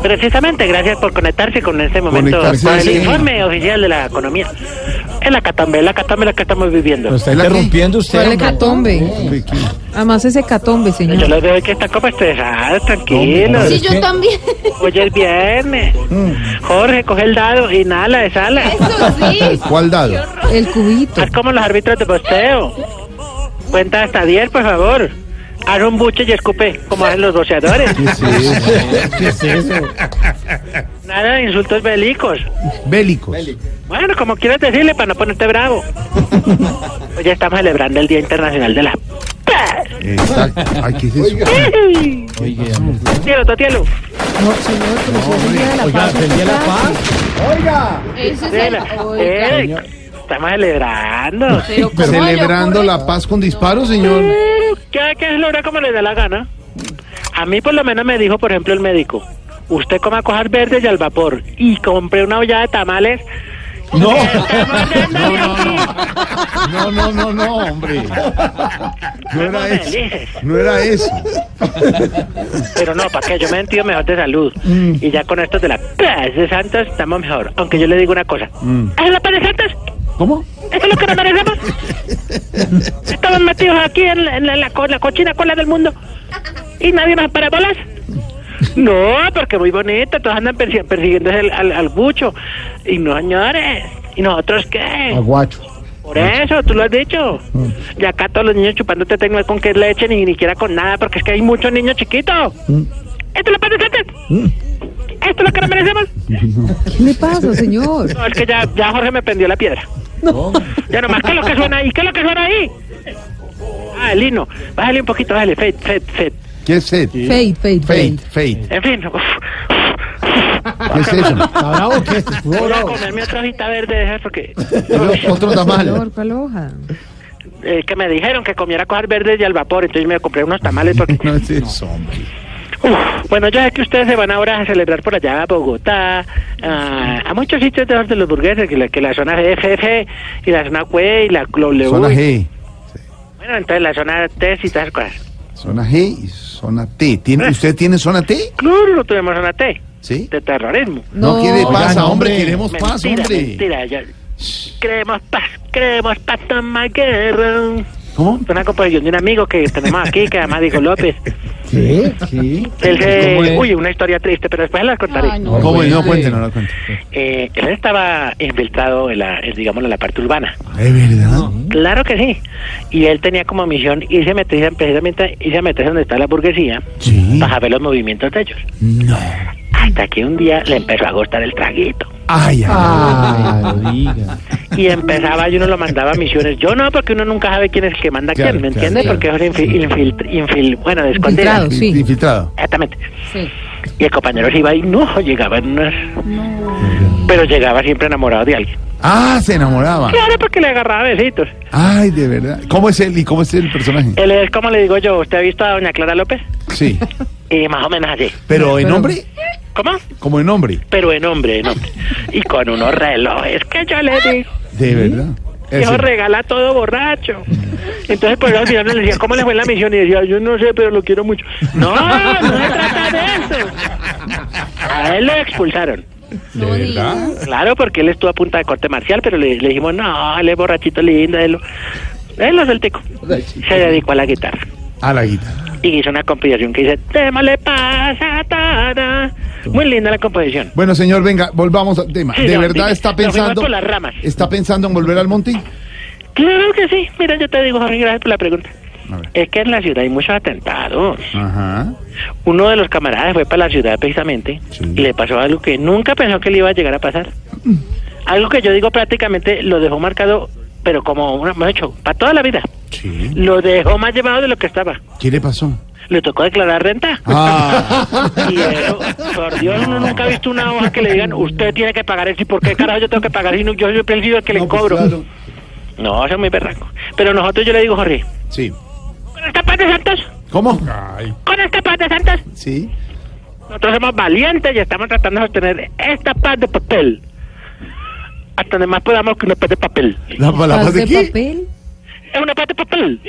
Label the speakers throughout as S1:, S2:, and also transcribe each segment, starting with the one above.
S1: Precisamente, gracias por conectarse con este momento
S2: Conectarse,
S1: para el
S2: sí.
S1: informe oficial de la economía. Es la catambe, la catambe la que estamos viviendo.
S2: Lo está interrumpiendo usted.
S3: ¿Cuál
S2: hombre.
S3: hecatombe?
S2: Vicky.
S3: Además ese hecatombe,
S1: Yo
S3: señor.
S1: les veo que están como estresados, tranquilos.
S4: Sí, yo también.
S1: Hoy es viernes.
S2: Mm.
S1: Jorge, coge el dado, inhala, exhala.
S4: Eso sí.
S2: ¿Cuál dado?
S3: El cubito.
S1: Haz como los árbitros de boxeo. Cuenta hasta 10, por favor. Haz un buche y escupe, como hacen los boxeadores.
S2: ¿Qué es eso?
S1: Nada de insultos bélicos.
S2: Bélicos.
S1: Bueno, como quieras decirle, para no ponerte bravo. Hoy estamos celebrando el Día Internacional de las Paz.
S2: Exacto. Ay, ¿qué es eso?
S1: Tielo, Totielo.
S3: No, señor, pero si es el día de la paz. ¿qué pasa?
S4: Eso es el...
S1: Cela.
S4: Oiga,
S1: Eh, Estamos celebrando.
S4: pero ¿cómo le
S2: ¿Celebrando
S4: ocurre?
S2: la paz con disparos, señor?
S1: Cada quien celebra como le da la gana. A mí por lo menos me dijo, por ejemplo, el médico, usted coma cojas verdes y al vapor. Y compré una olla de tamales.
S2: No.
S1: Estamos dando de aquí.
S2: No, no, no, no, hombre. No era
S1: Estamos
S2: eso.
S1: felices.
S2: No era eso.
S1: Pero no, ¿para qué? Yo me he sentido mejor de salud. Y ya con estos de la paz de Santos estamos mejor. Aunque yo le digo una cosa. ¿Es la paz de Santos?
S2: ¿Cómo?
S1: ¿Eso es lo que nos merecemos? Estamos metidos aquí en, la- en la, en la co- la cochina cola del mundo. ¿Y nadie nos para bolas? No, porque muy bonito. Todos andan persi- persiguiendo al, al- al bucho. Y no, señores. ¿Y nosotros qué?
S2: Aguacho.
S1: Por eso, tú lo has dicho. Y acá todos los niños chupándote tengo con qué leche ni ni siquiera con nada, porque es que hay muchos niños chiquitos. ¿Esto es lo que merecemos? ¿Esto es lo que nos merecemos?
S3: ¿Qué le pasa, señor?
S1: No, es que ya, ya Jorge me pendió la piedra. Ya nomás, ¿qué es lo que suena ahí? ¿Qué es lo que suena ahí? Ah, el himno. Bájale un poquito, bájale. Fade, fade, fade.
S2: ¿Qué es Fate,
S3: Fade, fade, fade.
S2: Fate, fate.
S1: En fin. uf.
S2: ¿Qué es eso? bravo qué?
S1: Voy a comerme otra hojita verde de esas porque...
S2: Otro
S3: Señor,
S2: tamal.
S3: ¿cuál hoja?
S1: eh, que me dijeron que comiera cosas verdes y al vapor, entonces me compré unos tamales porque...
S2: No es eso, hombre.
S1: Uf, bueno, yo sé que ustedes se van ahora a celebrar por allá a Bogotá, a, a muchos sitios de los de los burgueses, que la, que la zona FF y la zona Q y la W.
S2: Zona G.
S1: Bueno, entonces la zona T y todas esas cosas.
S2: Zona G y zona T. ¿Tiene- ¿Usted tiene zona T?
S1: Claro, no tuvimos zona T,
S2: Sí.
S1: de terrorismo.
S2: No, ¿qué le
S3: No.
S2: pasa,
S5: Oigan,
S2: hombre?
S5: hombre.
S2: Queremos paz,
S1: mentira,
S2: hombre.
S1: mentira. ya- Queremos paz, queremos paz, toma guerra.
S2: ¿Cómo?
S1: Una composición de un amigo que tenemos aquí, que además dijo López.
S5: ¿Qué? ¿Qué?
S1: Él se-
S5: ¿Cómo es?
S1: Uy, una historia triste, pero después la contaré.
S4: Ay, no.
S2: ¿Cómo? No,
S5: Hombre.
S2: cuéntenos, no cuéntenos.
S1: Eh, él estaba infiltrado, en la, en, digamos, en la parte urbana.
S2: ¿Es Ah, verdad?
S1: Claro que sí. Y él tenía como misión irse a meterse precisamente irse a meterse donde está la burguesía
S2: Sí.
S1: para ver los movimientos de ellos.
S2: No.
S1: Hasta que un día le empezó a gustar el traguito.
S2: Ay, ay.
S5: diga.
S1: y empezaba y uno lo mandaba a misiones. Yo no, porque uno nunca sabe quién es el que manda a
S2: Claro,
S1: quién, ¿me
S2: claro,
S1: entiendes?
S2: claro.
S1: Porque es infiltrado, bueno, de escondida.
S3: Infiltrado, sí.
S2: Infiltrado.
S1: Exactamente.
S3: Sí.
S1: Y el compañero se iba y no, llegaba en unas... Pero llegaba siempre enamorado de alguien.
S2: Ah, se enamoraba.
S1: Claro, porque le agarraba besitos.
S2: Ay, de verdad. ¿Cómo es él y cómo es el personaje?
S1: Él es, como le digo yo, ¿usted ha visto a doña Clara López?
S2: Sí.
S1: Y más o menos así.
S2: Pero en
S3: Pero-
S2: hombre,
S1: ¿Cómo?
S2: como en hombre.
S1: Pero en hombre, en hombre. Y con unos relojes que yo le digo.
S2: De verdad.
S1: Dijo,
S2: Ese.
S1: regala todo borracho. Entonces, pues al final le decía, ¿cómo le fue la misión? Y decía, yo no sé, pero lo quiero mucho. No, no se trata de eso. A él lo expulsaron.
S4: No diga.
S1: Claro, porque él estuvo a punta de corte marcial, pero le, le dijimos, no, él es borrachito lindo. Él lo, él lo sueltico. Se dedicó a la guitarra.
S2: A la guitarra.
S1: Y hizo una composición que dice, tema le pasa, tara. Muy linda la composición.
S2: Bueno, señor, venga, volvamos al tema.
S1: Sí,
S2: ¿De
S1: no,
S2: verdad
S1: dime,
S2: está
S1: nos fuimos
S2: pensando
S1: por las ramas.
S2: está pensando en volver al monte?
S1: Claro que sí. Mira, yo te digo, Jorge, gracias por la pregunta.
S2: A ver.
S1: Es que en la ciudad hay muchos atentados.
S2: Ajá.
S1: Uno de los camaradas fue para la ciudad precisamente
S2: Sí.
S1: y le pasó algo que nunca pensó que le iba a llegar a pasar. Algo que yo digo prácticamente lo dejó marcado, pero como una, mejor dicho, para toda la vida.
S2: Sí.
S1: Lo dejó más llevado de lo que estaba.
S2: ¿Qué le pasó?
S1: le tocó declarar renta.
S2: Ah,
S1: Y eso, por Dios, uno nunca ha visto una hoja que le digan, usted tiene que pagar eso, ¿y por qué carajo yo tengo que pagar eso? Y no- pues Yo soy el sido que le
S2: pues
S1: cobro. No, eso es muy berraco. Pero nosotros, yo le digo, Jorge,
S2: Sí.
S1: ¿con esta paz de santos?
S2: ¿Cómo?
S1: ¿Con esta paz de santos?
S2: Sí.
S1: Nosotros somos valientes y estamos tratando de obtener esta paz de papel. Hasta donde más podamos que una paz de papel.
S2: ¿La palabra
S3: ¿Paz
S2: de
S3: de
S2: qué?
S3: papel?
S1: ¿Es una paz de papel?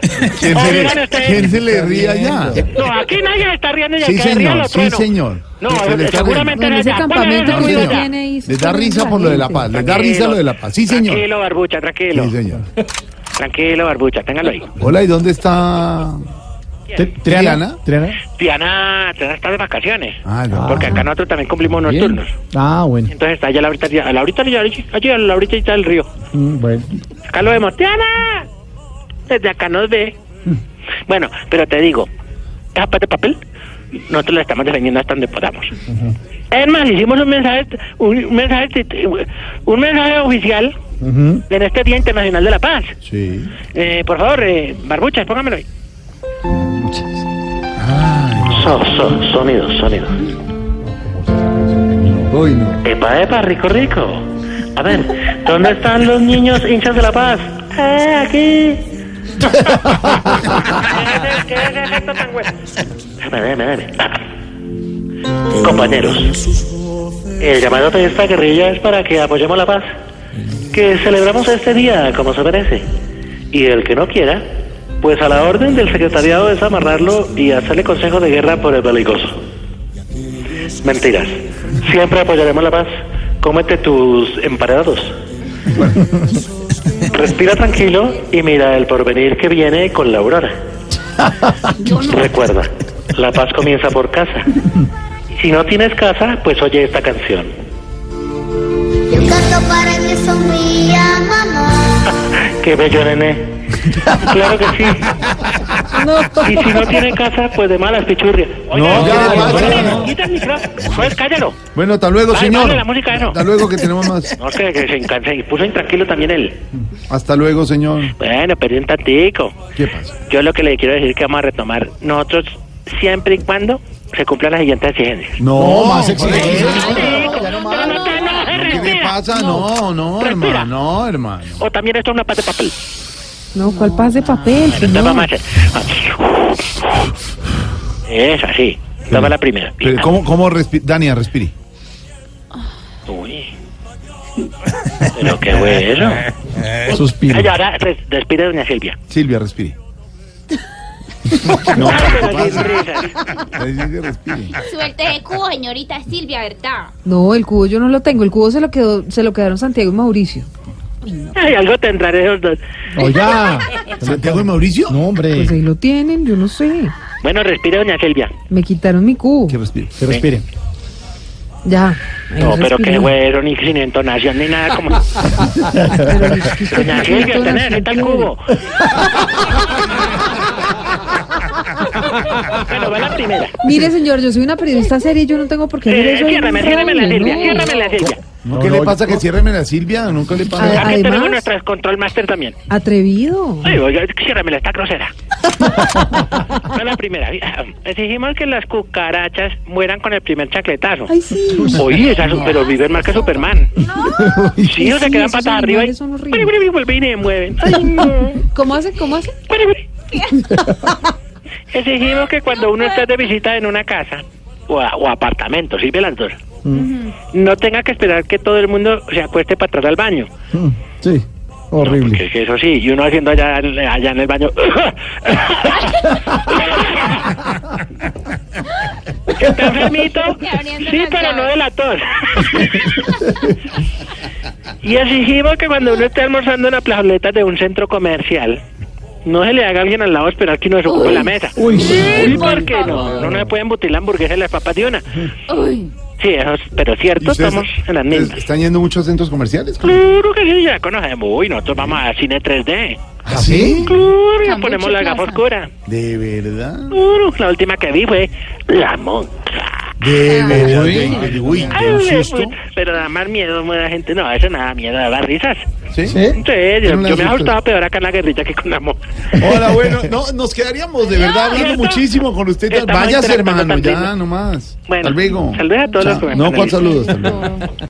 S2: ¿Quién se
S1: Oigan
S2: le,
S1: ustedes.
S2: quién se le ría ya?
S1: No, aquí nadie se está riendo y el
S2: Sí,
S1: que se ría lo
S2: señor. Sí,
S1: trueno.
S2: señor.
S1: No,
S2: Se le está
S1: seguramente
S3: Bueno,
S1: no
S3: ese
S1: allá.
S3: campamento
S1: Bueno,
S3: que
S1: no,
S3: uno
S1: no, no.
S3: Este tiene ahí.
S2: Les da risa por lo de la paz. Les da risa lo de la paz. Sí, señor.
S1: Tranquilo, Barbucha, tranquilo.
S2: Sí, señor.
S1: Tranquilo, Barbucha, téngalo ahí.
S2: Hola, ¿y dónde está Triana?
S5: ¿Triana?
S1: Diana, Diana está de vacaciones.
S2: Ah, ya.
S1: Porque acá nosotros también cumplimos unos
S5: Mm. Bien.
S1: turnos.
S5: Ah, bueno.
S1: Entonces está allá a la ahorita, a la ahorita, allí a la ahorita del río.
S5: Mm, bueno.
S1: Acá lo vemos. ¡Diana! Desde acá nos ve.
S5: Mm.
S1: Bueno, pero te digo, esa parte de papel, nosotros la estamos defendiendo hasta donde podamos. Es más, hicimos un mensaje, un mensaje, un mensaje oficial
S5: Ujú.
S1: en este Día Internacional de la Paz.
S2: Sí.
S1: Eh, por favor, eh, barbuchas, póngamelo ahí. So- so- sonido, sonido.
S2: Uy, no.
S1: Epa, epa, rico, rico. A ver, ¿dónde están los niños hinchas de la paz? Eh, aquí. ¿Qué es ese efecto tan bueno? Dame, dame, dame. Compañeros, el llamado de esta guerrilla es para que apoyemos la paz, que celebramos este día como se merece. Y el que no quiera, pues a la orden del secretariado es amarrarlo y hacerle consejo de guerra por el belicoso. Mentiras. Siempre apoyaremos la paz. Cómete tus emparedados. Respira tranquilo y mira el porvenir que viene con la aurora. Recuerda, la paz comienza por casa. Y Si no tienes casa, pues oye esta canción.
S6: Yo canto para que sonría mamá.
S1: Qué bello, nene. Claro que sí. Y si no tiene casa, pues de malas pichurrias.
S2: No, ya, ya, ya, ya.
S1: quita el micrófono. Pues cállalo.
S2: Bueno, hasta luego,
S1: Ay,
S2: señor.
S1: vale, la música, no.
S2: Hasta luego, que tenemos más.
S1: No, que, que se encanse y puso intranquilo también él.
S2: Hasta luego, señor.
S1: Bueno, perdí un tantico.
S2: ¿Qué pasa?
S1: Yo lo que le quiero decir que vamos a retomar, nosotros siempre y cuando se cumplan las siguientes exigencias.
S2: No,
S5: más
S2: exigente.
S1: Pero no te enojes,
S2: ¿Qué le
S1: respira.
S2: pasa? No, no,
S1: Respira.
S2: hermano. No, hermano.
S1: O también esto es una paz de papel.
S3: No, ¿cuál paz de papel?
S1: Entonces
S3: señor?
S1: vamos a hacer. Es así. Toma la primera.
S2: Mm. Pero, ¿Cómo, cómo respira? Dania, respire.
S1: Uy. Pero qué bueno.
S2: Eh.
S5: Suspiro.
S1: Ay, ahora res- despide a doña Silvia.
S2: Silvia, respire. No,
S1: Ay, pero
S2: ¿qué
S1: qué
S2: pasa?
S1: risas.
S2: Le dice, respire.
S4: Suerte de cubo, señorita Silvia, ¿verdad?
S3: No, el cubo yo no lo tengo. El cubo se lo quedó, se lo quedaron Santiago y Mauricio.
S1: Ay, algo tendrán esos dos.
S5: Oiga.
S2: ¿Santiago y Mauricio?
S5: No, hombre.
S3: Pues ahí lo tienen, yo no sé.
S1: Bueno, respira doña Silvia.
S3: Me quitaron mi cubo.
S2: Que respire.
S5: Que respire.
S3: Ya. ahí
S1: No, pero
S3: respiré.
S1: qué güero, ni sin entonación, ni nada como...
S3: Pero es que usted
S1: Doña
S3: no
S1: Silvia,
S3: tiene
S1: usted
S3: tonación,
S1: necesita el
S3: pero-
S1: cubo. Bueno, va la primera.
S3: Mire, señor, yo soy una periodista seria y yo no tengo por qué hacer
S1: Eh,
S3: eso. ahí en
S1: ciérrame,
S3: un
S1: ciérrame la
S3: radio,
S1: Silvia,
S3: no.
S1: ciérrame la Silvia.
S2: No, ¿Qué le pasa? Que ciérreme la Silvia. Nunca le pasa.
S3: Ay,
S1: Aquí tenemos
S3: Además-
S1: nuestro control master también.
S3: Atrevido.
S1: Ay, oiga, ciérramela, está grosera. Va la primera. Exigimos que las cucarachas mueran con el primer chacletazo.
S3: Ay, sí.
S1: Oye, esas, pero viven más que Superman. Sí, o se
S3: Sí,
S1: quedan
S3: esos
S1: patas arriba y...
S3: animales son horribles.
S1: Piri, piri, vuelven y se mueven. Ay, no.
S3: ¿Cómo hace? ¿Cómo hace?
S1: Exigimos que cuando uno esté de visita en una casa o, a- o apartamento, sirve las dos, no tenga que esperar que todo el mundo se acueste para atrás al baño.
S5: Mm, Sí.
S1: Porque
S5: Horrible.
S1: es que eso sí, y uno haciendo allá, en- allá en el baño. ¿Que ¿Está enfermito?
S4: Y abriendo
S1: Sí,
S4: las
S1: pero no
S4: llaves.
S1: de la tos. y exigimos que cuando uno esté almorzando en la plazoleta de un centro comercial, no se le haga a alguien al lado esperar que uno desocupe la mesa.
S5: Uy,
S1: Sí,
S5: sí.
S1: ¿por qué no? No, no se pueden embutir la hamburguesa y las papas de una.
S4: Uy.
S1: Sí, eso es, pero
S2: ¿Y
S1: cierto,
S2: ustedes-
S1: estamos en las
S2: ustedes
S1: mismas.
S2: ¿Están yendo a muchos centros comerciales?
S1: Claro que sí, ya conocemos. Uy, nosotros vamos a cine 3D.
S2: ¿Ah, sí?
S1: Claro, ya
S4: Camucho
S1: ponemos la gafa
S4: Plaza.
S1: oscura.
S2: ¿De verdad?
S1: Claro, la última que vi fue La Monja.
S2: De verdad, de- de- uy,
S1: Ay,
S2: de un susto.
S1: Pero da más miedo, mueve la gente. No, eso nada, miedo, da risas.
S2: ¿Sí?
S5: ¿Eh?
S1: Sí, yo,
S2: una
S1: yo me he
S2: susto.
S1: asustado peor acá en la guerrilla que con la mo.
S2: Hola, bueno, no, nos quedaríamos de verdad hablando
S1: ¿cierto?
S2: muchísimo con usted.
S1: Estamos
S2: Váyase,
S1: interactuando
S2: hermano,
S1: también.
S2: ya nomás.
S1: Bueno,
S2: Hasta luego.
S1: saludos a todos los que me
S2: No,
S1: están
S2: cuántos
S1: ahí.
S2: saludos. Hasta luego.